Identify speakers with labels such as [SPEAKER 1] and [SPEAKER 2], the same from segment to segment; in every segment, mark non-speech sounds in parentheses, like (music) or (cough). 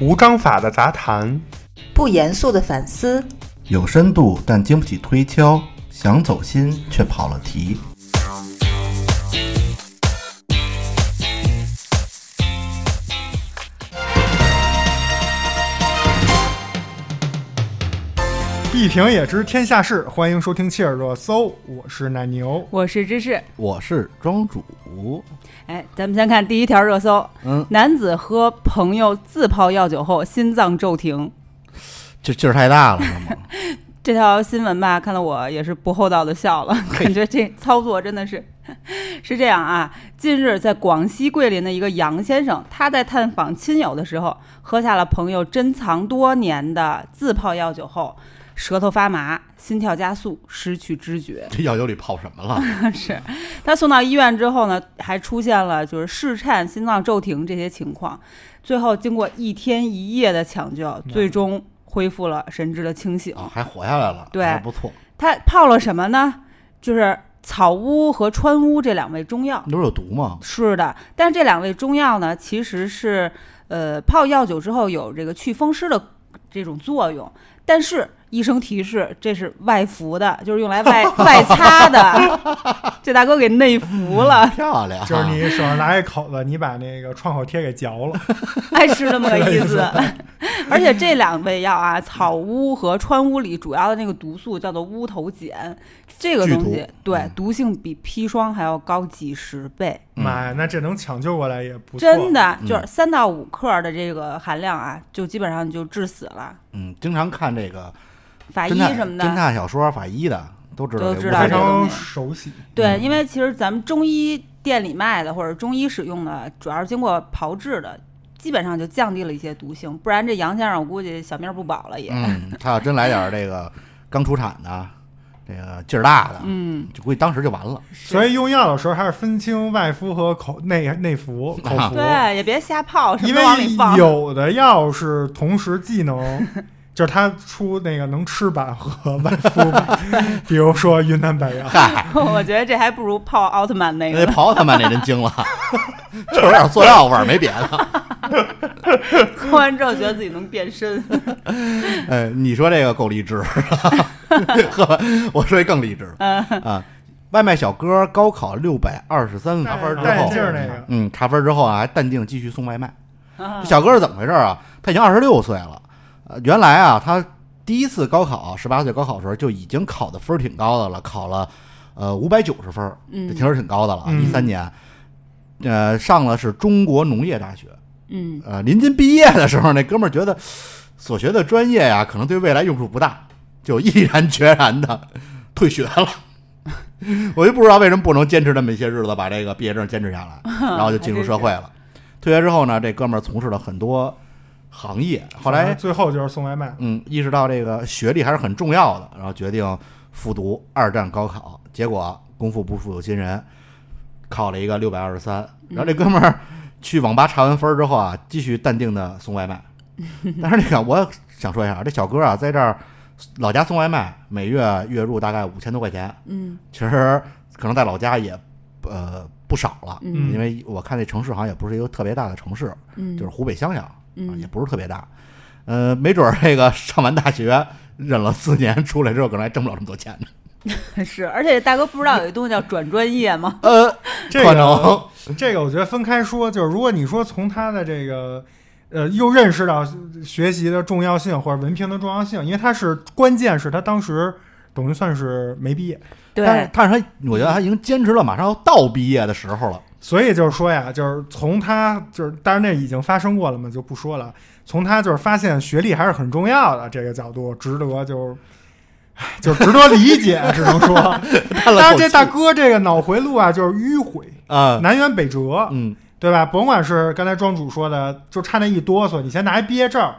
[SPEAKER 1] 无章法的杂谈，
[SPEAKER 2] 不严肃的反思，
[SPEAKER 3] 有深度但经不起推敲，想走心却跑了题。
[SPEAKER 1] 一评也知天下事，欢迎收听切尔热搜，我是奶牛。
[SPEAKER 4] 我是芝士。
[SPEAKER 3] 我是庄主，
[SPEAKER 4] 哎，咱们先看第一条热搜：
[SPEAKER 3] 嗯，
[SPEAKER 4] 男子和朋友自泡药酒后心脏骤停。
[SPEAKER 3] 这劲儿太大了，是吗？
[SPEAKER 4] 这条新闻吧，看得我也是不厚道的笑了，
[SPEAKER 3] 嘿
[SPEAKER 4] 感觉这操作真的是 (laughs) 是这样啊。近日，在广西桂林的一个杨先生，他在探访亲友的时候，喝下了朋友珍藏多年的自泡药酒后，舌头发麻，心跳加速，失去知觉。
[SPEAKER 3] (laughs) 这药酒里泡什么了？
[SPEAKER 4] (laughs) 是他送到医院之后呢，还出现了就是室颤、心脏骤停这些情况，最后经过一天一夜的抢救，最终恢复了神志的清醒。
[SPEAKER 3] 啊，还活下来了，
[SPEAKER 4] 对
[SPEAKER 3] 还不错。
[SPEAKER 4] 他泡了什么呢？就是草乌和川乌这两味中药。
[SPEAKER 3] 那不是有毒吗？
[SPEAKER 4] 是的，但是这两味中药呢，其实是呃泡药酒之后有这个祛风湿的这种作用，但是医生提示这是外服的，就是用来外外擦的。这大哥给内服了，
[SPEAKER 3] 漂亮，啊
[SPEAKER 1] 就是你手上拿一口子，你把那个创口贴给嚼了，
[SPEAKER 4] 哎，是这么个意思。 (laughs) 而且这两味药啊，草乌和川乌里主要的那个毒素叫做乌头碱，这个
[SPEAKER 3] 剧
[SPEAKER 4] 东西
[SPEAKER 3] 毒
[SPEAKER 4] 对
[SPEAKER 3] 嗯
[SPEAKER 4] 毒性比砒霜还要高几十倍，
[SPEAKER 3] 嗯
[SPEAKER 1] 妈呀，那这能抢救过来也不错。
[SPEAKER 4] 真，的
[SPEAKER 3] 嗯
[SPEAKER 4] 就是三到五克的这个含量啊，就基本上就致死了。
[SPEAKER 3] 嗯，经常看这个
[SPEAKER 4] 法医
[SPEAKER 3] 侦探
[SPEAKER 4] 什么
[SPEAKER 3] 侦
[SPEAKER 4] 的，
[SPEAKER 3] 探小说、法医的都知道
[SPEAKER 4] 都
[SPEAKER 3] 这
[SPEAKER 4] 知
[SPEAKER 3] 乌
[SPEAKER 4] 道
[SPEAKER 1] 非
[SPEAKER 3] 头
[SPEAKER 4] 这个
[SPEAKER 3] 碱
[SPEAKER 1] 常
[SPEAKER 4] 东西
[SPEAKER 1] 熟悉。
[SPEAKER 4] 对，因为其实咱们中医店里卖的或者中医使用的，主要是经过炮制的，基本上就降低了一些毒性，不然这杨先生我估计小命不保了也。
[SPEAKER 3] 嗯，他要真来点儿这个刚出产的，这个劲儿大的，
[SPEAKER 4] 嗯，
[SPEAKER 3] 就估计当时就完
[SPEAKER 4] (laughs)
[SPEAKER 3] 了。
[SPEAKER 1] 所以用药的时候还是分清外敷和口内内服口服，
[SPEAKER 4] 啊对，也别瞎泡，什么
[SPEAKER 1] 因
[SPEAKER 4] 都往里放
[SPEAKER 1] 为。有的药是同时既
[SPEAKER 4] (laughs)
[SPEAKER 1] 能，就是它出那个能吃版和外敷
[SPEAKER 4] (laughs)
[SPEAKER 1] 版，比如说云南白药。
[SPEAKER 3] 嗨，
[SPEAKER 4] 我觉得这还不如泡奥特曼那
[SPEAKER 3] 那
[SPEAKER 4] 个呢，
[SPEAKER 3] 刨他妈那人精了， (laughs) 就是有点塑料味儿，没别的。
[SPEAKER 4] 喝完之后觉得自己能变身。
[SPEAKER 3] 呃，你说这个够励志， (laughs) 呵，我说一更励志
[SPEAKER 4] 嗯
[SPEAKER 3] 啊！外卖小哥高考六百二十三分
[SPEAKER 1] 戴
[SPEAKER 3] 之
[SPEAKER 1] 戴眼
[SPEAKER 3] 后
[SPEAKER 1] 镜，儿那个，
[SPEAKER 3] 嗯，查分之后啊，还淡定继续送外卖。
[SPEAKER 4] 啊
[SPEAKER 3] 这小哥是怎么回事啊？他已经二十六岁了，呃，原来啊，他第一次高考，十八岁高考的时候就已经考的分儿挺高的了，考了呃五百九十分儿，这
[SPEAKER 4] 嗯
[SPEAKER 3] 其实挺高的了啊。
[SPEAKER 1] 嗯
[SPEAKER 3] 一三年，呃，上了是中国农业大学，
[SPEAKER 4] 嗯，
[SPEAKER 3] 呃，临近毕业的时候，那哥们儿觉得所学的专业啊呀、可能对未来用处不大，就毅然决然的退学了。我就不知道为什么不能坚持这么一些日子，把这个毕业证坚持下来，然后就进入社会了。退学之后呢，这哥们儿从事了很多行业，后
[SPEAKER 1] 反正
[SPEAKER 3] 来
[SPEAKER 1] 最后就是送外卖。
[SPEAKER 3] 嗯意识到这个学历还是很重要的，然后决定复读二战高考，结果功夫不负有心人，考了一个六百二十三。
[SPEAKER 4] 嗯
[SPEAKER 3] 然后这哥们儿去网吧查完分儿之后啊，继续淡定的送外卖。但是那个我想说一下啊，这小哥啊，在这儿老家送外卖，每月月入大概五千多块钱，
[SPEAKER 4] (laughs) 嗯
[SPEAKER 3] 其实可能在老家也呃不少了，
[SPEAKER 4] 嗯
[SPEAKER 3] 因为我看那城市好像也不是一个特别大的城市，
[SPEAKER 4] 嗯，
[SPEAKER 3] 就是湖北襄阳，啊，
[SPEAKER 4] 嗯
[SPEAKER 3] 也不是特别大。呃，没准儿这个上完大学忍了四年，出来之后可能还挣不了这么多钱呢。
[SPEAKER 4] 是，而且大哥不知道有一东西叫转专业 (laughs) 吗？
[SPEAKER 3] 呃，
[SPEAKER 1] (laughs) 这
[SPEAKER 3] 可
[SPEAKER 1] 个
[SPEAKER 3] 能
[SPEAKER 1] 这个我觉得分开说，就是如果你说从他的这个，呃，又认识到学习的重要性或者文凭的重要性，因为他是关键是他当时等于算是没毕业，
[SPEAKER 3] 但是，但是他，我觉得他已经坚持了，马上要到毕业的时候了。
[SPEAKER 1] 所以就是说呀，就是从他就是，当然那已经发生过了嘛，就不说了。从他就是发现学历还是很重要的这个角度，值得就是。唉就值得理解，只能
[SPEAKER 3] (laughs)
[SPEAKER 1] 说，
[SPEAKER 3] 叹了
[SPEAKER 1] 当然
[SPEAKER 3] 口
[SPEAKER 1] 这
[SPEAKER 3] 气
[SPEAKER 1] 大哥这个脑回路啊，就是迂回，
[SPEAKER 3] 啊，
[SPEAKER 1] 南辕北辙，
[SPEAKER 3] 嗯，
[SPEAKER 1] 对吧？甭管是刚才庄主说的，就差那一哆嗦，你先拿一毕业证，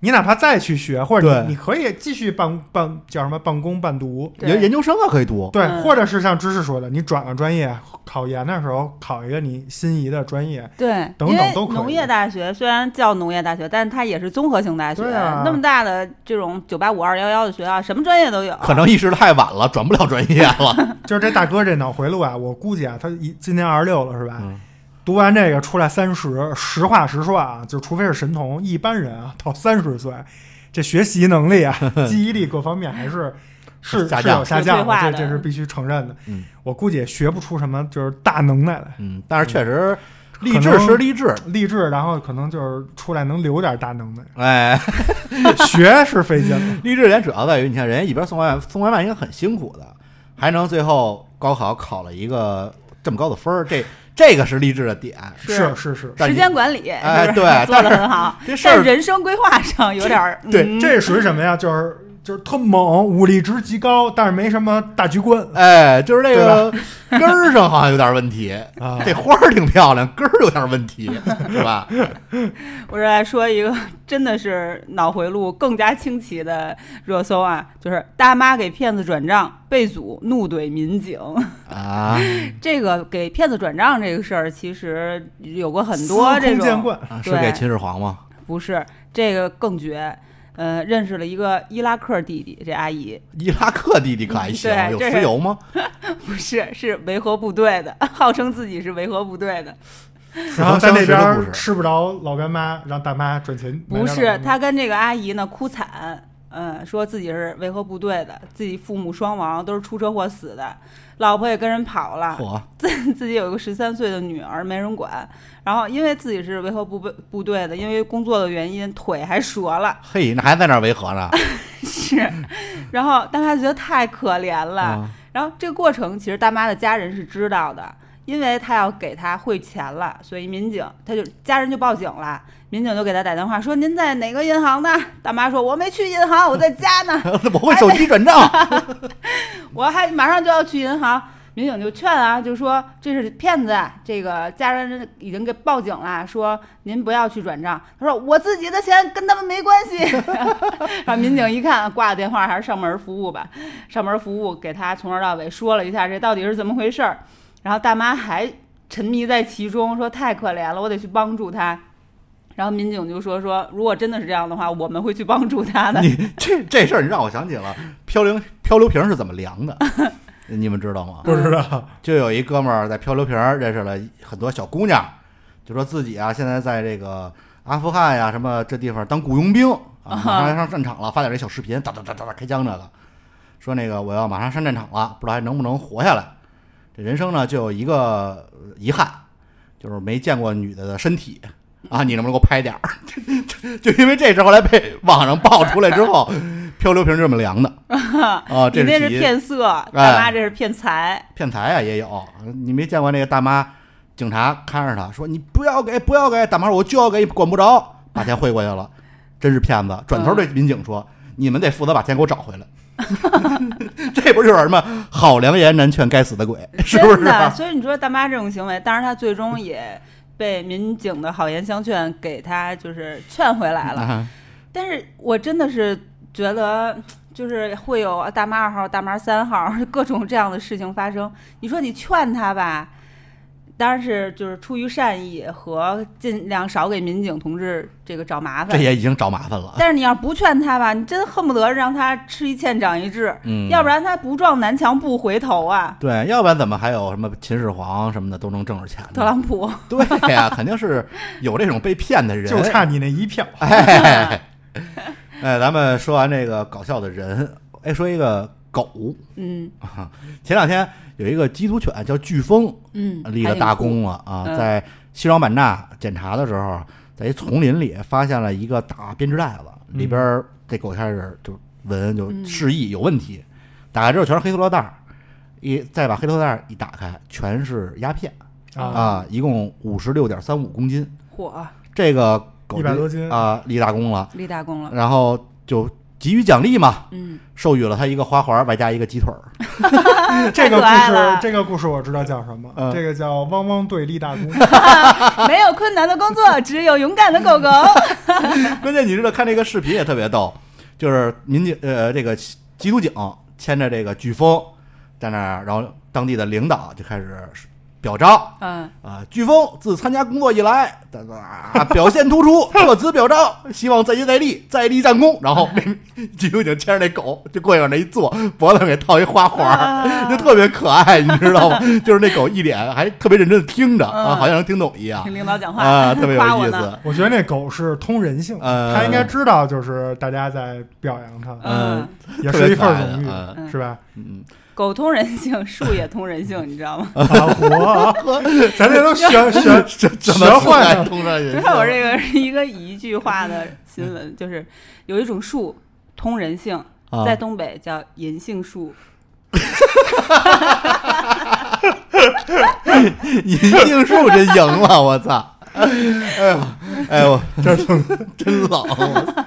[SPEAKER 1] 你哪怕再去学，或者
[SPEAKER 3] 对
[SPEAKER 1] 你你可以继续半半叫什么半工半读，
[SPEAKER 4] 对
[SPEAKER 3] 研研究生啊可以读，
[SPEAKER 1] 对，
[SPEAKER 4] 嗯
[SPEAKER 1] 或者是像知识说的，你转个专业，考研的时候考一个你心仪的专业，
[SPEAKER 4] 对，
[SPEAKER 1] 等
[SPEAKER 4] 因
[SPEAKER 1] 等
[SPEAKER 4] 为
[SPEAKER 1] 都可
[SPEAKER 4] 农
[SPEAKER 1] 以
[SPEAKER 4] 业大学虽然叫农业大学，但是它也是综合性大学，
[SPEAKER 1] 对啊
[SPEAKER 4] 那么大的这种九八五二幺幺的学校，什么专业都有。
[SPEAKER 3] 可能意识太晚了，
[SPEAKER 1] (laughs)
[SPEAKER 3] 转不了专业了。
[SPEAKER 1] 就是这大哥这脑回路啊，我估计啊，他一今年二十六了是吧？
[SPEAKER 3] 嗯
[SPEAKER 1] 读完这个出来三十，实话实说啊，就除非是神童，一般人啊到三十岁，这学习能力啊、
[SPEAKER 3] (laughs)
[SPEAKER 1] 记忆力各方面还是是
[SPEAKER 3] 下
[SPEAKER 1] 是
[SPEAKER 3] 降
[SPEAKER 1] 有下
[SPEAKER 4] 是
[SPEAKER 1] 降
[SPEAKER 4] 退化
[SPEAKER 1] 的，
[SPEAKER 4] 的
[SPEAKER 1] 这这是必须承认的。
[SPEAKER 3] 嗯
[SPEAKER 1] 我估计也学不出什么就是大能耐来，
[SPEAKER 3] 嗯，但是确实励
[SPEAKER 1] 可
[SPEAKER 3] 志
[SPEAKER 1] 能
[SPEAKER 3] 是励志，。
[SPEAKER 1] 励志，然后可能就是出来能留点大能耐
[SPEAKER 3] (laughs) 哎，
[SPEAKER 1] 学是费劲
[SPEAKER 4] (laughs)
[SPEAKER 1] 了，
[SPEAKER 3] 励志点主要在于，你看人家一边送外卖，送外卖应该很辛苦的，还能最后高考考了一个这么高的分儿，这这个是励志的点。
[SPEAKER 1] 是是是，
[SPEAKER 3] 但
[SPEAKER 4] 时
[SPEAKER 3] 你
[SPEAKER 4] 间管理，
[SPEAKER 3] 哎
[SPEAKER 4] 是不是
[SPEAKER 3] 对
[SPEAKER 4] 做的
[SPEAKER 3] 但是
[SPEAKER 4] 很好。
[SPEAKER 3] 这事
[SPEAKER 4] 但
[SPEAKER 3] 儿
[SPEAKER 4] 人生规划上有点儿，
[SPEAKER 3] 对
[SPEAKER 4] 嗯
[SPEAKER 1] 这属于什么呀？就是就是特猛，武力值极高，但是没什么大局 (laughs) 观
[SPEAKER 3] 哎，就是这个根儿上好像有点问题。
[SPEAKER 1] 啊。
[SPEAKER 3] 这花儿挺漂亮，根儿有点问
[SPEAKER 1] (laughs)
[SPEAKER 3] 题，是吧？
[SPEAKER 4] 我这来说一个 (laughs) 真的是脑回路更加清奇的热搜啊，就是大妈给骗子转账被阻，怒怼民警。 (laughs)
[SPEAKER 3] 啊，
[SPEAKER 4] 这个给骗子转账这个事儿，其实有过很多
[SPEAKER 1] 司
[SPEAKER 4] 这
[SPEAKER 1] 空见
[SPEAKER 4] 种，
[SPEAKER 1] 惯，
[SPEAKER 3] 啊是
[SPEAKER 4] 对
[SPEAKER 3] 给秦始皇吗？
[SPEAKER 4] 不是这个更绝。呃，认识了一个伊拉克弟弟，这阿姨
[SPEAKER 3] 伊拉克弟弟可还行，
[SPEAKER 4] 对
[SPEAKER 3] 有
[SPEAKER 4] 这
[SPEAKER 3] 石
[SPEAKER 4] 是
[SPEAKER 3] 油吗？
[SPEAKER 4] 不是是维和部队的， (laughs) 号称自己是维和部队的，
[SPEAKER 1] 然后在那边
[SPEAKER 3] 不
[SPEAKER 1] 儿
[SPEAKER 3] 是
[SPEAKER 1] 吃不着老干妈，让大妈赚钱。买
[SPEAKER 4] 不
[SPEAKER 1] 点老
[SPEAKER 4] 是
[SPEAKER 1] 干，妈
[SPEAKER 4] 他跟这个阿姨呢哭惨，嗯，说自己是维和部队的，自己父母双亡，都是出车祸死的，老婆也跟人跑
[SPEAKER 1] 啊
[SPEAKER 4] 了，
[SPEAKER 3] 嚯，
[SPEAKER 4] (laughs) 自己有一个十三岁的女儿没人管，然后因为自己是维和部队部队的，因为工作的原因腿还折了， (laughs)
[SPEAKER 3] 嘿，那还在那儿维和呢？
[SPEAKER 4] 是，然后大妈觉得太可怜了，
[SPEAKER 3] 啊 (laughs)
[SPEAKER 4] 然后这个过程其实大妈的家人是知道的，因为她要给她汇钱了，所以民警她就家人就报警了，民警就给她打电话说您在哪个银行呢？大妈说我没去银行，我在家呢，
[SPEAKER 3] 我会手机转账，
[SPEAKER 4] 我还马上就要去银行。民警就劝啊，就说这是骗子，啊这个家人已经给报警了，说您不要去转账。他说我自己的钱跟他们没关系。 (laughs) 然后民警一看挂了电话，还是上门服务吧。上门服务给他从头到尾说了一下这到底是怎么回事儿。然后大妈还沉迷在其中，说太可怜了，我得去帮助他。然后民警就说说，如果真的是这样的话，我们会去帮助他的。
[SPEAKER 3] 你这这事儿你让我想起了漂流漂流瓶是怎么
[SPEAKER 1] (laughs)
[SPEAKER 3] 量的，你们知道吗？
[SPEAKER 1] 不知道，
[SPEAKER 3] 就有一哥们儿在漂流瓶儿认识了很多小姑娘，就说自己啊现在在这个阿富汗呀、什么这地方当雇佣兵啊，马上上战场了，发点这小视频，哒哒哒哒哒开枪这个，说那个我要马上上战场了，不知道还能不能活下来。这人生呢就有一个呃遗憾，就是没见过女的的身体。啊， (laughs) 你能不能给我拍点儿？就因为这事，后来被网上爆出来之
[SPEAKER 4] (laughs)
[SPEAKER 3] 后，漂流瓶是这么量的啊，这
[SPEAKER 4] 你那
[SPEAKER 3] 是哎
[SPEAKER 4] 是
[SPEAKER 3] 其一。
[SPEAKER 4] 骗色，大妈这是骗财。
[SPEAKER 3] 骗财啊也有，你没见过那个大妈，警察看着她说你不要给不要给，大妈说我就要给，管不着，把钱汇过去了， (laughs) 真是骗子。转头对民警说，你们得负责把钱给我找回来。 (laughs) 这不就是什么好良言难劝该死的鬼，是不
[SPEAKER 4] 真
[SPEAKER 3] 是、
[SPEAKER 4] 的，
[SPEAKER 3] 啊？
[SPEAKER 4] 所以你说大妈这种行为，当然她最终也被民警的好言相劝给她就是劝回来了。
[SPEAKER 3] 啊
[SPEAKER 4] 但是我真的是觉得，就是会有大妈二号、大妈三号各种这样的事情发生。你说你劝她吧，当然是就是出于善意和尽量少给民警同志这个找麻
[SPEAKER 3] 这
[SPEAKER 4] 烦。
[SPEAKER 3] 也已经找麻烦了。
[SPEAKER 4] 但是你要不劝她吧，你真恨不得让她吃一堑长一智，
[SPEAKER 3] 嗯，
[SPEAKER 4] 要不然她不撞南墙不回头啊。
[SPEAKER 3] 对，要不然怎么还有什么秦始皇什么的都能挣着钱
[SPEAKER 4] 特
[SPEAKER 3] 呢？
[SPEAKER 4] 朗普。
[SPEAKER 3] 对呀、肯定是有这种被骗的
[SPEAKER 1] (laughs)
[SPEAKER 3] 人，
[SPEAKER 1] 就差你那一票。
[SPEAKER 3] 嗯哎，哎，咱们说完这个搞笑的人，哎，说一个狗。
[SPEAKER 4] 嗯
[SPEAKER 3] 前两天有一个缉毒犬叫飓风，
[SPEAKER 4] 嗯，
[SPEAKER 3] 立了大功了啊，
[SPEAKER 4] 嗯
[SPEAKER 3] 在西双版纳检查的时候，在一丛林里发现了一个大编织袋子，
[SPEAKER 1] 嗯
[SPEAKER 3] 里边儿这狗开始就闻就
[SPEAKER 4] 嗯
[SPEAKER 3] 示意有问题，打开之后全是黑塑料袋儿，一再把黑塑料袋儿一打开，全是鸦片
[SPEAKER 1] 啊，
[SPEAKER 3] 啊，一共五十六点三五公斤，
[SPEAKER 4] 火
[SPEAKER 3] 这个狗
[SPEAKER 1] 100
[SPEAKER 3] 就
[SPEAKER 1] 多斤
[SPEAKER 3] 啊立大功了。
[SPEAKER 4] 立大功了。 (laughs)
[SPEAKER 3] 然后就给予奖励嘛，
[SPEAKER 4] 嗯，
[SPEAKER 3] 授予了他一个花环，外加一个鸡腿儿。
[SPEAKER 1] 这个
[SPEAKER 4] 太可
[SPEAKER 1] 故
[SPEAKER 4] 爱了
[SPEAKER 1] 事，这个故事我知道叫什么
[SPEAKER 3] 哎嗯，
[SPEAKER 1] 这个叫《汪汪队立大
[SPEAKER 3] (laughs)
[SPEAKER 1] 功》。
[SPEAKER 4] 没有困难的工作，只有勇敢的狗狗。
[SPEAKER 3] 关键你知道，看这个视频也特别逗，就是民警呃这个缉毒警牵着这个飓风在那儿，然后当地的领导就开始呃表彰。
[SPEAKER 4] 嗯，
[SPEAKER 3] 啊，飓风自参加工作以来，啊，表现突出，特此表彰，希望再接再厉，再立战功。然后 (laughs) 那飓风警牵着那狗，就过去往那一坐，脖子上给套一花环
[SPEAKER 4] 啊
[SPEAKER 3] 儿，就特别可爱，你知道吗？就是那狗一脸还特别认真的听着啊，
[SPEAKER 4] 嗯
[SPEAKER 3] 好像能听懂一样
[SPEAKER 4] 听领导讲话
[SPEAKER 3] 啊，特别有
[SPEAKER 4] (laughs) 夸我
[SPEAKER 3] 意
[SPEAKER 4] 呢
[SPEAKER 3] 思。
[SPEAKER 1] 我觉得那狗是通人性，
[SPEAKER 3] 呃
[SPEAKER 1] 它应该知道，就是大家在表扬它，
[SPEAKER 4] 嗯
[SPEAKER 3] 嗯，
[SPEAKER 1] 也
[SPEAKER 3] 特
[SPEAKER 1] 是
[SPEAKER 3] 别
[SPEAKER 1] 一份
[SPEAKER 3] 可爱
[SPEAKER 1] 荣
[SPEAKER 3] 的
[SPEAKER 1] 誉，
[SPEAKER 4] 嗯
[SPEAKER 1] 是吧？
[SPEAKER 3] 嗯，
[SPEAKER 4] 狗通人性，树也通人性，你知道吗？
[SPEAKER 1] 啊，活，咱这都学学
[SPEAKER 3] (laughs) 这这
[SPEAKER 1] 学坏了
[SPEAKER 3] 通上
[SPEAKER 4] 你
[SPEAKER 3] (laughs) 人
[SPEAKER 4] 看 (laughs) 我
[SPEAKER 3] 性啊
[SPEAKER 4] 这个是一个一句话的新闻，就是有一种树通人性，
[SPEAKER 3] 啊
[SPEAKER 4] 在东北叫银杏树。
[SPEAKER 3] 银杏树真赢了，我操！哎呦，哎呦，真真冷我操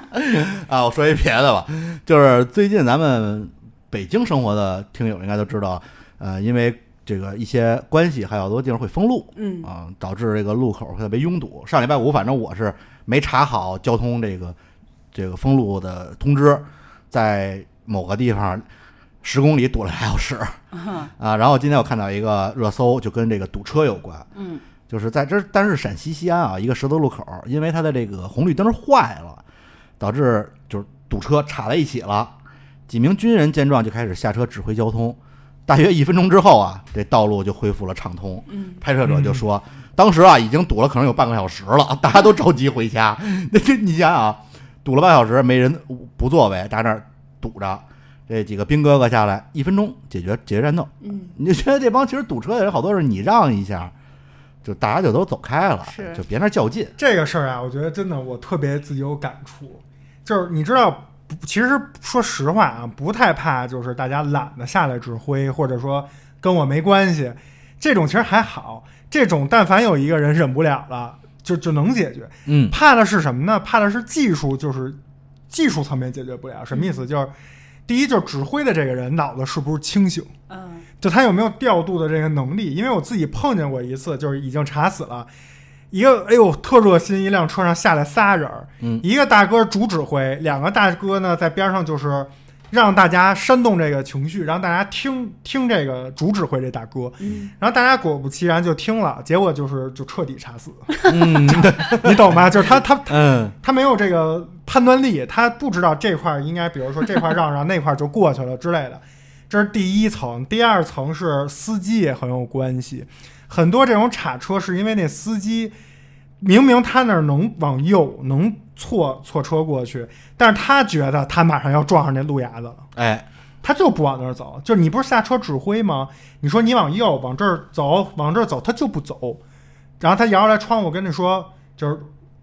[SPEAKER 3] 啊！我说一别的吧，就是最近咱们北京生活的听友应该都知道，呃，因为这个一些关系，还有好多地方会封路
[SPEAKER 4] 嗯
[SPEAKER 3] 啊、导致这个路口特别拥堵。上礼拜五，反正我是没查好交通这个这个封路的通知，在某个地方十公里堵了俩小时。
[SPEAKER 4] 嗯
[SPEAKER 3] 啊，然后今天我看到一个热搜，就跟这个堵车有关，
[SPEAKER 4] 嗯
[SPEAKER 3] 就是在这儿，但是陕西西安啊，一个十字路口，因为它的这个红绿灯坏了，导致就是堵车插在一起了。几名军人见状就开始下车指挥交通，大约一分钟之后啊，这道路就恢复了畅通。
[SPEAKER 4] 嗯，
[SPEAKER 3] 拍摄者就说，当时啊已经堵了可能有半个小时了， (laughs) 大家都着急回家。 (laughs) 那这你想想啊，堵了半小时没人不作为，大家那儿堵着，这几个兵哥哥下来一分钟解决解决战斗。
[SPEAKER 4] 嗯，
[SPEAKER 3] 你就觉得这帮其实堵车的人好多是你让一下，就大家就都走开了，
[SPEAKER 4] 是
[SPEAKER 3] 就别那儿较劲。
[SPEAKER 1] 这个事儿啊，我觉得真的我特别自己有感触，就是你知道，不其实说实话啊，不太怕就是大家懒得下来指挥，或者说跟我没关系，这种其实还好，这种但凡有一个人忍不了了，就就能解决。
[SPEAKER 3] 嗯
[SPEAKER 1] 怕的是什么呢？怕的是技术，就是技术层面解决不了。什么意思？就是第一，就是指挥的这个人脑子是不是清醒。
[SPEAKER 4] 嗯
[SPEAKER 1] 就他有没有调度的这个能力？因为我自己碰见过一次，就是已经查死了一个，哎呦，特热心，一辆车上下来仨人儿，
[SPEAKER 3] 嗯
[SPEAKER 1] 一个大哥主指挥，两个大哥呢在边上就是让大家煽动这个情绪，让大家听听这个主指挥这大哥，
[SPEAKER 4] 嗯
[SPEAKER 1] 然后大家果不其然就听了，结果就是就彻底查死，
[SPEAKER 3] 嗯
[SPEAKER 1] (laughs) 你懂吗？就是他他
[SPEAKER 3] 嗯
[SPEAKER 1] 他没有这个判断力，他不知道这块儿应该，比如说这块儿让让那块儿就过去了之类的。这是第一层，第二层是司机也很有关系。很多这种卡车是因为那司机明明他那儿能往右，能错错车过去，但是他觉得他马上要撞上那路牙子了，
[SPEAKER 3] 哎
[SPEAKER 1] 他就不往那儿走。就是你不是下车指挥吗？你说你往右，往这儿走，往这儿走，他就不走。然后他摇下来窗户跟你说，就是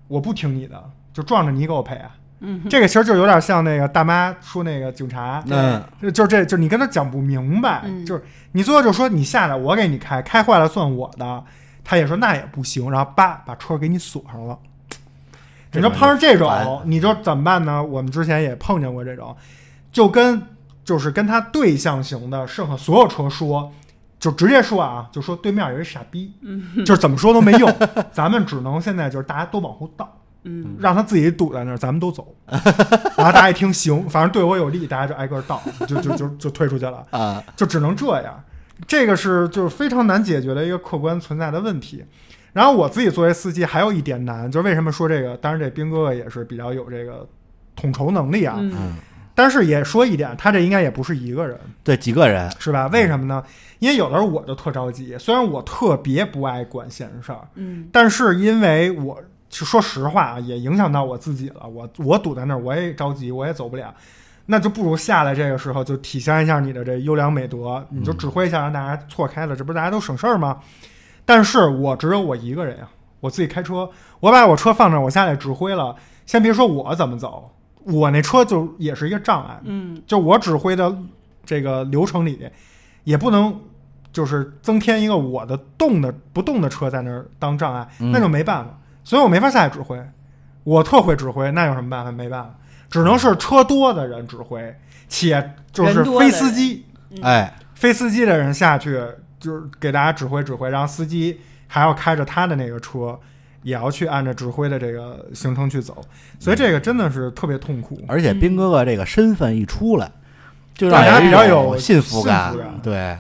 [SPEAKER 1] 我不听你的，就撞着你给我赔啊。
[SPEAKER 4] 嗯
[SPEAKER 1] 这个其实就有点像那个大妈说那个警察，
[SPEAKER 3] 嗯
[SPEAKER 1] 就就是这就是你跟他讲不明白，
[SPEAKER 4] 嗯
[SPEAKER 1] 就是你最后就说你下来我给你开，开坏了算我的。他也说那也不行，然后叭把车给你锁上了。
[SPEAKER 3] 这
[SPEAKER 1] 你说
[SPEAKER 3] 种
[SPEAKER 1] 碰上这种
[SPEAKER 3] 就烦，
[SPEAKER 1] 你就怎么办呢？我们之前也碰见过这种，就跟就是跟他对象型的，是和所有车说，就直接说啊，就说对面有一傻逼，就是怎么说都没用，咱们只能现在就是大家都往后倒。
[SPEAKER 4] 嗯
[SPEAKER 1] 让他自己堵在那儿，咱们都走。然后大家一听行，反正对我有利，大家就挨个倒，就就就就退出去了，
[SPEAKER 3] 啊
[SPEAKER 1] 就只能这样。这个是就是非常难解决的一个客观存在的问题。然后我自己作为司机，还有一点难，就是为什么说这个？当然，这兵哥哥也是比较有这个统筹能力啊。
[SPEAKER 4] 嗯
[SPEAKER 1] 但是也说一点，他这应该也不是一个人，
[SPEAKER 3] 对几个人，
[SPEAKER 1] 是吧？为什么呢？因为有的时候我就特着急，虽然我特别不爱管闲事儿，
[SPEAKER 4] 嗯
[SPEAKER 1] 但是因为我是说实话啊，也影响到我自己了，我我堵在那儿，我也着急，我也走不了，那就不如下来这个时候就体现一下你的这优良美德，你就指挥一下，让大家错开了，这不是大家都省事儿吗？但是我只有我一个人呀、我自己开车，我把我车放那儿，我下来指挥了，先别说我怎么走，我那车就也是一个障碍，
[SPEAKER 4] 嗯
[SPEAKER 1] 就我指挥的这个流程里，也不能就是增添一个我的动的不动的车在那儿当障碍，
[SPEAKER 3] 嗯
[SPEAKER 1] 那就没办法，所以我没法下来指挥。我特会指挥，那有什么办法？没办法，只能是车多的人指挥，且就是
[SPEAKER 4] 人多的
[SPEAKER 1] 非
[SPEAKER 4] 人
[SPEAKER 1] 司机，
[SPEAKER 4] 嗯
[SPEAKER 3] 哎
[SPEAKER 1] 非司机的人下去，就是给大家指挥指挥，然后司机还要开着他的那个车，也要去按照指挥的这个行程去走，所以这个真的是特别痛苦。
[SPEAKER 3] 而且
[SPEAKER 4] 嗯
[SPEAKER 3] 兵哥哥这个身份一出来，就
[SPEAKER 1] 大
[SPEAKER 3] 让
[SPEAKER 1] 家
[SPEAKER 3] 人
[SPEAKER 1] 比较
[SPEAKER 3] 有
[SPEAKER 1] 有
[SPEAKER 3] 幸福
[SPEAKER 1] 幸福感
[SPEAKER 3] 对，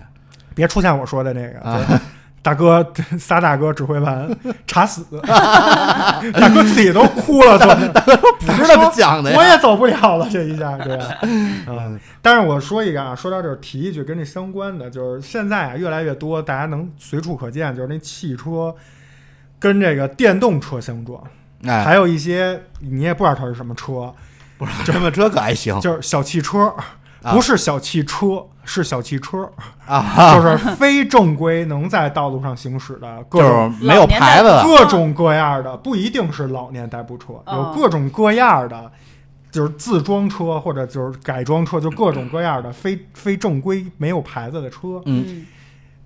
[SPEAKER 1] 别出现我说的那个，
[SPEAKER 3] 啊
[SPEAKER 1] 就是大哥 (laughs) 仨大哥指挥完查死， (laughs) 大哥自己都哭了，都
[SPEAKER 3] 不是那么讲的
[SPEAKER 1] 我
[SPEAKER 3] 呀。
[SPEAKER 1] 也走不了了，这一下对
[SPEAKER 3] (laughs)
[SPEAKER 1] 吧？嗯，但是我说一个啊，说到这儿提一句跟这相关的，就是现在啊越来越多，大家能随处可见，就是那汽车跟这个电动车相撞，
[SPEAKER 3] 哎，
[SPEAKER 1] 还有一些你也不知道它是什么车，
[SPEAKER 3] 不是这么这可还行
[SPEAKER 1] 就是小汽车，
[SPEAKER 3] 哦啊
[SPEAKER 1] 不是小汽车，是小汽车，
[SPEAKER 3] 啊，
[SPEAKER 1] 就是非正规能在道路上行驶的各
[SPEAKER 3] 就
[SPEAKER 1] 种
[SPEAKER 3] 是没有牌子的
[SPEAKER 1] 各种各样的，不一定是老年代步车，有
[SPEAKER 4] 哦
[SPEAKER 1] 各种各样的，就是自装车或者就是改装车，就各种各样的非非正规没有牌子的车。
[SPEAKER 4] 嗯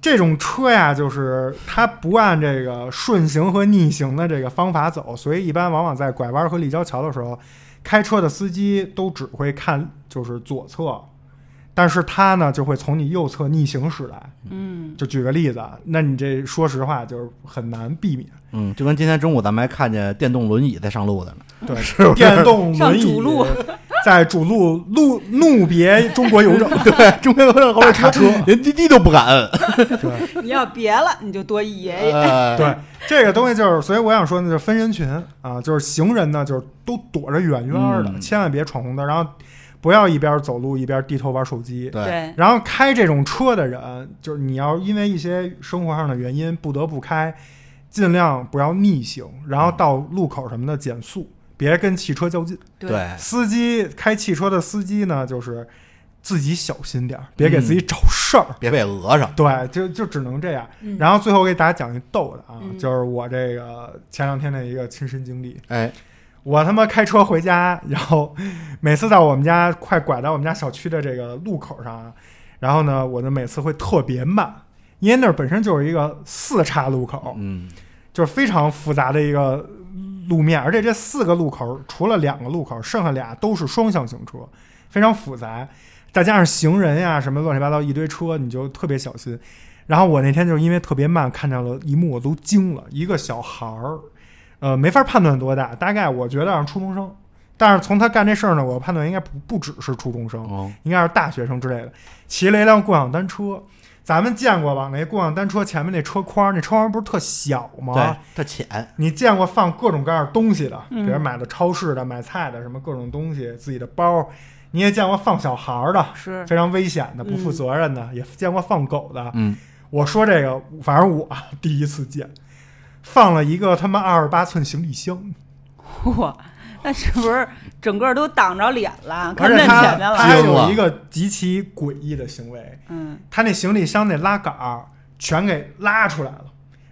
[SPEAKER 1] 这种车呀，就是它不按这个顺行和逆行的这个方法走，所以一般往往在拐弯和立交桥的时候，开车的司机都只会看就是左侧，但是他呢就会从你右侧逆行驶来。
[SPEAKER 4] 嗯，
[SPEAKER 1] 就举个例子啊，那你这说实话就是很难避免。
[SPEAKER 3] 嗯，就跟今天中午咱们还看见电动轮椅在上路的呢，
[SPEAKER 1] 对，
[SPEAKER 3] (laughs) 是不是？
[SPEAKER 1] 电动轮椅
[SPEAKER 4] 上主路
[SPEAKER 1] 在主路路怒别中国邮政，
[SPEAKER 3] 对，中间有辆后面
[SPEAKER 1] 大卡车
[SPEAKER 3] 连滴滴都不敢摁。
[SPEAKER 1] 对
[SPEAKER 4] 你要别了，你就多一爷爷。
[SPEAKER 3] (laughs) 哎
[SPEAKER 1] 对，这个东西就是，所以我想说呢，就是分人群啊，就是行人呢，就是都躲着远远的，
[SPEAKER 3] 嗯
[SPEAKER 1] 千万别闯红灯，然后不要一边走路一边低头玩手机。
[SPEAKER 3] 呃对
[SPEAKER 4] 对，
[SPEAKER 1] 然后开这种车的人，就是你要因为一些生活上的原因不得不开，尽量不要逆行，然后到路口什么的减速，别跟汽车较劲。
[SPEAKER 4] 对
[SPEAKER 3] 对
[SPEAKER 1] 司机开汽车的司机呢，就是自己小心点儿，别
[SPEAKER 3] 嗯
[SPEAKER 1] 给自己找事儿。
[SPEAKER 3] 别被讹上。
[SPEAKER 1] (laughs) 对，就就只能这样。
[SPEAKER 4] 嗯
[SPEAKER 1] 然后最后给大家讲一逗的啊，
[SPEAKER 4] 嗯
[SPEAKER 1] 就是我这个前两天的一个亲身经历。
[SPEAKER 3] 哎，
[SPEAKER 1] 我他妈开车回家，然后每次到我们家快拐到我们家小区的这个路口上啊，然后呢，我就每次会特别慢，因为那儿本身就是一个四岔路口，
[SPEAKER 3] 嗯，
[SPEAKER 1] 就是非常复杂的一个路面，而且这四个路口除了两个路口，剩下俩都是双向行车，非常复杂，再加上行人呀、什么乱七八糟一堆车，你就特别小心。然后我那天就因为特别慢，看到了一幕，我都惊了，一个小孩儿，呃，没法判断多大，大概我觉得像初中生，但是从他干这事儿呢，我判断应该不不只是初中生，
[SPEAKER 3] 哦，
[SPEAKER 1] 应该是大学生之类的，骑了一辆共享单车。咱们见过往那共享单车前面那车筐，那车筐不是特小吗？
[SPEAKER 3] 对，它浅，
[SPEAKER 1] 你见过放各种各样的东西的，比
[SPEAKER 4] 嗯
[SPEAKER 1] 如买的超市的、买菜的，什么各种东西，自己的包。你也见过放小孩儿的，
[SPEAKER 4] 是
[SPEAKER 1] 非常危险的、
[SPEAKER 4] 嗯
[SPEAKER 1] 不负责任的，也见过放狗的。
[SPEAKER 3] 嗯，
[SPEAKER 1] 我说这个，反正我第一次见，放了一个他妈二十八寸行李箱，
[SPEAKER 4] (laughs) 哇，那是不是整个都挡着脸了，看
[SPEAKER 1] 而
[SPEAKER 4] 不
[SPEAKER 1] 且
[SPEAKER 4] 见
[SPEAKER 1] 他
[SPEAKER 4] 前面
[SPEAKER 1] 他
[SPEAKER 4] 了？
[SPEAKER 1] 还
[SPEAKER 3] 惊
[SPEAKER 1] 有
[SPEAKER 3] 了
[SPEAKER 1] 一个极其诡异的行为，
[SPEAKER 4] 嗯，
[SPEAKER 1] 他那行李箱那拉杆儿全给拉出来了，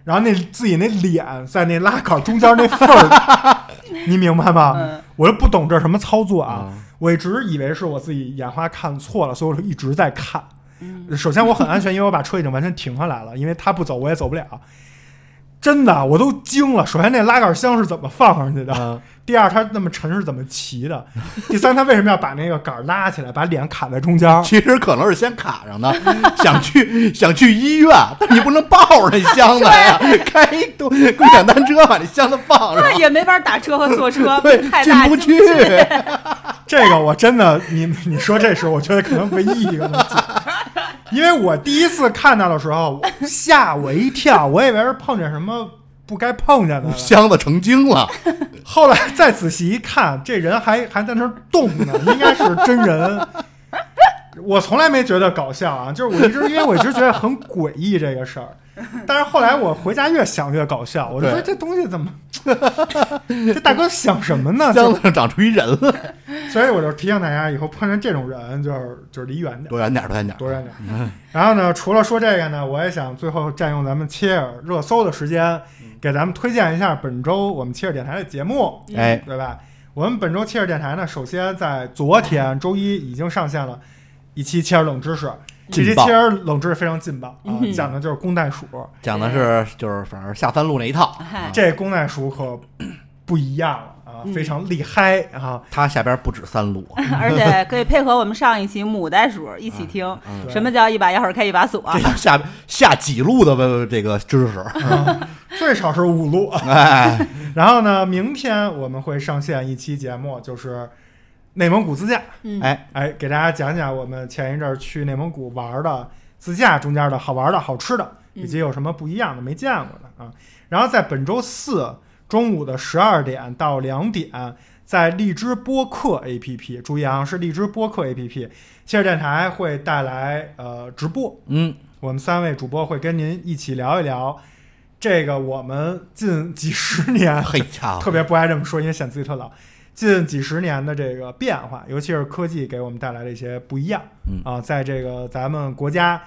[SPEAKER 1] 然后那自己那脸在那拉杆儿中间那缝儿，你明白吗？
[SPEAKER 4] 嗯
[SPEAKER 1] 我就不懂这什么操作啊！
[SPEAKER 3] 嗯
[SPEAKER 1] 我一直以为是我自己眼花看错了，所以我就一直在看。首先我很安全，因为我把车已经完全停下来了，因为他不走我也走不了。真的，我都惊了。首先，那拉杆箱是怎么放上去的？
[SPEAKER 3] 嗯
[SPEAKER 1] 第二，它那么沉是怎么骑的？第三，他为什么要把那个杆儿拉起来，把脸卡在中间儿？
[SPEAKER 3] 其实可能是先卡上的，想去想去医院，但你不能抱着那箱子呀，开一共共享单车把那箱子放上，
[SPEAKER 4] 那，也没法打车和坐车
[SPEAKER 3] (laughs) 对，
[SPEAKER 4] 哎太
[SPEAKER 3] 进
[SPEAKER 4] 大
[SPEAKER 3] 不
[SPEAKER 4] 惊
[SPEAKER 3] 去。
[SPEAKER 1] 这个我真的，你你说这是我觉得可能唯一一个能解，因为我第一次看到的时候吓我一跳，我以为是碰见什么不该碰见
[SPEAKER 3] (laughs)
[SPEAKER 1] 的了。
[SPEAKER 3] 箱子成精了，
[SPEAKER 1] 后来再仔细一看，这人还还在那儿动呢，应该是真人。我从来没觉得搞笑啊，就是我一直因为我一直觉得很诡异这个事儿，但是后来我回家越想越搞笑，我就说
[SPEAKER 3] 对
[SPEAKER 1] 这东西怎么， (laughs) 这大哥想什么呢？
[SPEAKER 3] 箱
[SPEAKER 1] 就
[SPEAKER 3] 子上长出一人了，
[SPEAKER 1] 所以我就提醒大家，以后碰见这种人就是就是离远点。
[SPEAKER 3] 多远点儿，多远点儿，
[SPEAKER 1] 多远点儿。然后呢，除了说这个呢，我也想最后占用咱们切尔热搜的时间，给咱们推荐一下本周我们切尔电台的节目，
[SPEAKER 3] 哎，
[SPEAKER 1] 对吧？我们本周切尔电台呢，首先在昨天周一已经上线了一期切尔冷知识，这期
[SPEAKER 3] 劲爆嗯
[SPEAKER 1] 切尔冷知识非常劲爆啊
[SPEAKER 4] 嗯，哼
[SPEAKER 1] 讲的就是公袋鼠，
[SPEAKER 3] 讲的是就是反正下三路那一套，
[SPEAKER 4] 嗨，
[SPEAKER 1] 这公袋鼠可不一样了啊，
[SPEAKER 4] 嗯
[SPEAKER 1] 非常厉害啊！
[SPEAKER 3] 它下边不止三路， (laughs)
[SPEAKER 4] 而且可以配合我们上一期母袋鼠一起听，
[SPEAKER 3] 嗯
[SPEAKER 1] 对
[SPEAKER 4] 什么叫一把钥匙开一把锁？
[SPEAKER 3] 这叫下下几路的呃这个
[SPEAKER 1] (laughs)
[SPEAKER 3] 知识，
[SPEAKER 1] 最少是五路。
[SPEAKER 3] 哎，
[SPEAKER 1] 然后呢，明天我们会上线一期节目，就是内蒙古自驾。
[SPEAKER 4] 嗯
[SPEAKER 3] 哎
[SPEAKER 1] 哎，给大家讲讲我们前一阵儿去内蒙古玩儿的自驾中间的好玩儿的好吃的，
[SPEAKER 4] 嗯
[SPEAKER 1] 以及有什么不一样的没见过的啊。然后在本周四中午的十二点到两点，在荔枝播客 APP，注意啊，是荔枝播客 APP，切尔电台会带来呃直播，
[SPEAKER 3] 嗯，
[SPEAKER 1] 我们三位主播会跟您一起聊一聊这个我们近几十年
[SPEAKER 3] 嘿呀，
[SPEAKER 1] 特别不爱这么说，因为显自己特老。近几十年的这个变化，尤其是科技给我们带来的一些不一样，
[SPEAKER 3] 嗯
[SPEAKER 1] 啊，在这个咱们国家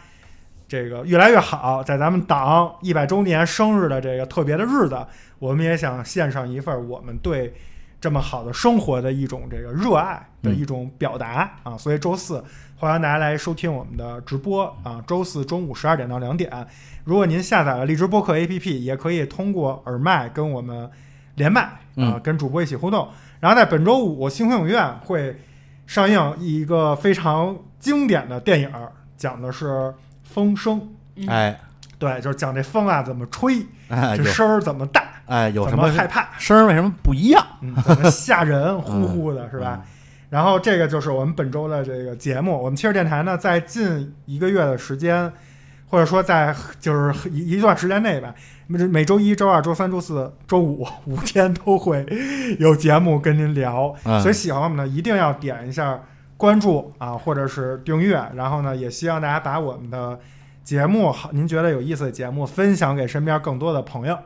[SPEAKER 1] 这个越来越好，在咱们党一百周年生日的这个特别的日子，我们也想献上一份我们对这么好的生活的一种这个热爱的一种表达、啊。所以周四欢迎大家来收听我们的直播啊，周四中午十二点到两点。如果您下载了荔枝播客 APP，也可以通过耳麦跟我们连麦啊、
[SPEAKER 3] 嗯
[SPEAKER 1] 跟主播一起互动。然后在本周五，星空影院会上映一个非常经典的电影儿，讲的是风声，
[SPEAKER 3] 哎
[SPEAKER 1] 对，就是讲这风啊怎么吹，
[SPEAKER 3] (laughs) 哎
[SPEAKER 1] 这
[SPEAKER 3] 有
[SPEAKER 1] 声儿怎么大，
[SPEAKER 3] 哎有什
[SPEAKER 1] 怎么
[SPEAKER 3] 么
[SPEAKER 1] 害怕，
[SPEAKER 3] 声儿为什么不一样？
[SPEAKER 1] 嗯，怎么吓人，呼呼的是吧？然后这个就是我们本周的这个节目。我们汽车电台呢，在近一个月的时间，或者说在就是一一段时间内吧，每每周一周二、周三、周四、周五五天都会有节目跟您聊。
[SPEAKER 3] 嗯？
[SPEAKER 1] 所以喜欢我们呢，一定要点一下关注啊，或者是订阅。然后呢，也希望大家把我们的节目，好您觉得有意思的节目，分享给身边更多的朋友。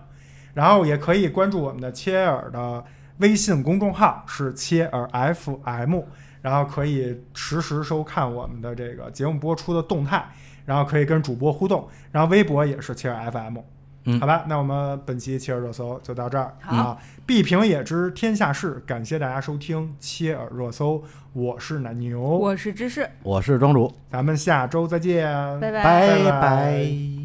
[SPEAKER 1] 然后也可以关注我们的切尔的微信公众号，是切尔 FM，然后可以实时收看我们的这个节目播出的动态，然后可以跟主播互动，然后微博也是切尔 FM。
[SPEAKER 3] 嗯
[SPEAKER 1] 好吧，那我们本期切尔热搜就到这儿
[SPEAKER 4] 好
[SPEAKER 1] 啊！必评也知天下事，感谢大家收听切尔热搜，我是奶牛，
[SPEAKER 4] 我是芝士，
[SPEAKER 3] 我是庄主，
[SPEAKER 1] 咱们下周再见，
[SPEAKER 4] 拜
[SPEAKER 3] 拜
[SPEAKER 1] 拜
[SPEAKER 3] 拜